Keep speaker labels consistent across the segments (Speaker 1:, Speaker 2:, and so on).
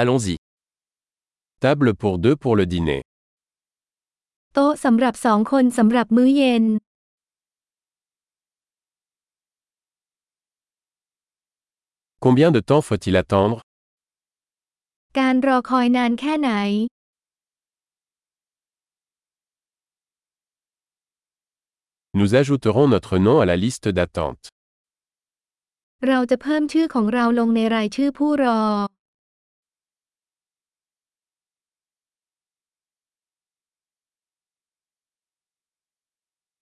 Speaker 1: Allons-y. Table pour deux pour le dîner.
Speaker 2: โต๊ะสำหรับสองคนสำหรับมื้อเย็น
Speaker 1: Combien de temps faut-il attendre
Speaker 2: การรอคอยนานแค่ไหน
Speaker 1: Nous ajouterons notre nom à la liste d'attente.
Speaker 2: เราจะเพิ่มชื่อของเราลงในรายชื่อผู้รอ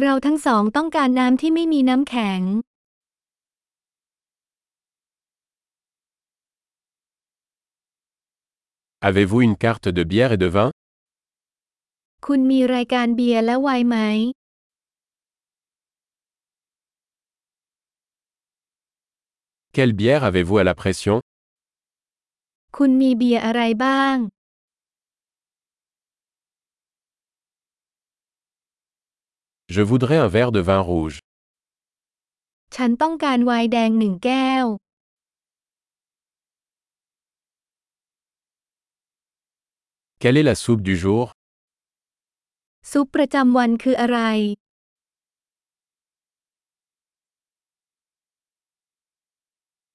Speaker 2: เราทั้งสองต้องการน้ำที่ไม่มีน้ำแข็ง
Speaker 1: Avez-vous une carte de bière et de vin
Speaker 2: คุณมีรายการเบียร์และไวน์ไหม
Speaker 1: Quelle bière avez-vous à la pression
Speaker 2: คุณมีเบียร์อะไรบ้าง
Speaker 1: Je voudrais un verre de vin rouge.
Speaker 2: ฉันต้องการไวน์แดงหนึ่งแก้ว
Speaker 1: Quelle est la soupe du jour
Speaker 2: ซุปประจำวันคืออะไร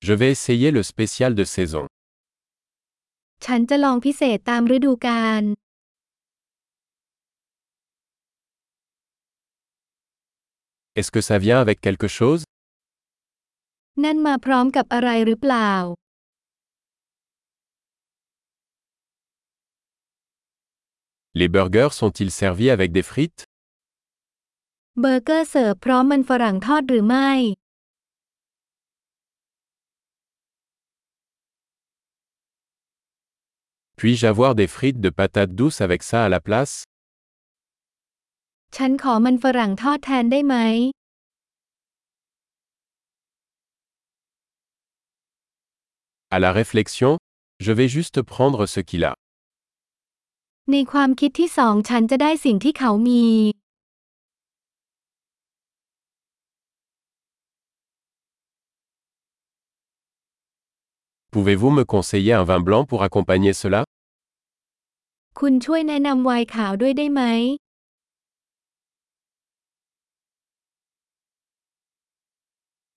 Speaker 1: Je vais essayer le spécial de saison.
Speaker 2: ฉันจะลองพิเศษตามฤดูกาล
Speaker 1: Est-ce que ça vient avec quelque chose
Speaker 2: นั่นมาพร้อมกับอะไรหรือเปล่า
Speaker 1: Les burgers sont-ils servis avec des frites
Speaker 2: เบอร์เกอร์เสิร์ฟพร้อมมันฝรั่งทอดหรือไม่
Speaker 1: Puis-je avoir des frites de patates douces avec ça à la place
Speaker 2: ฉันขอมันฝรั่งทอดแทนได้ไหม
Speaker 1: À la réflexion, je vais juste prendre ce qu'il a.
Speaker 2: ในความคิดที่สองฉันจะได้สิ่งที่เขามี
Speaker 1: Pouvez-vous me conseiller un vin blanc pour accompagner cela
Speaker 2: คุณช่วยแนะนำไวน์ขาวด้วยได้ไหม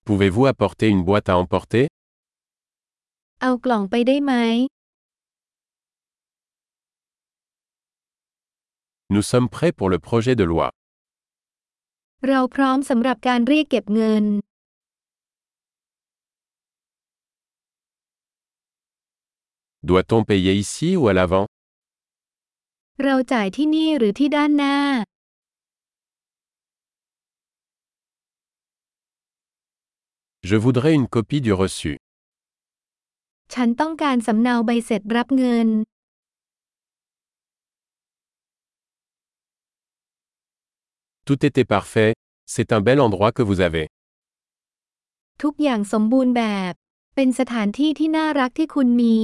Speaker 1: Pouvez-vous apporter une boîte à emporter
Speaker 2: เอากล่องไปได้ไหม
Speaker 1: Nous sommes prêts pour le projet de loi.
Speaker 2: เราพร้อมสำหรับการเรียกเก็บเงิน
Speaker 1: Doit-on payer ici ou à l'avant
Speaker 2: เราจ่ายที่นี่หรือที่ด้านหน้า
Speaker 1: Je voudrais une copie du reçu.
Speaker 2: ฉันต้องการสำเนาใบเสร็จรับเงิน
Speaker 1: Tout était parfait, c'est un bel endroit que vous avez.
Speaker 2: ทุกอย่างสมบูรณ์แบบ เป็นสถานที่ที่น่ารักที่คุณมี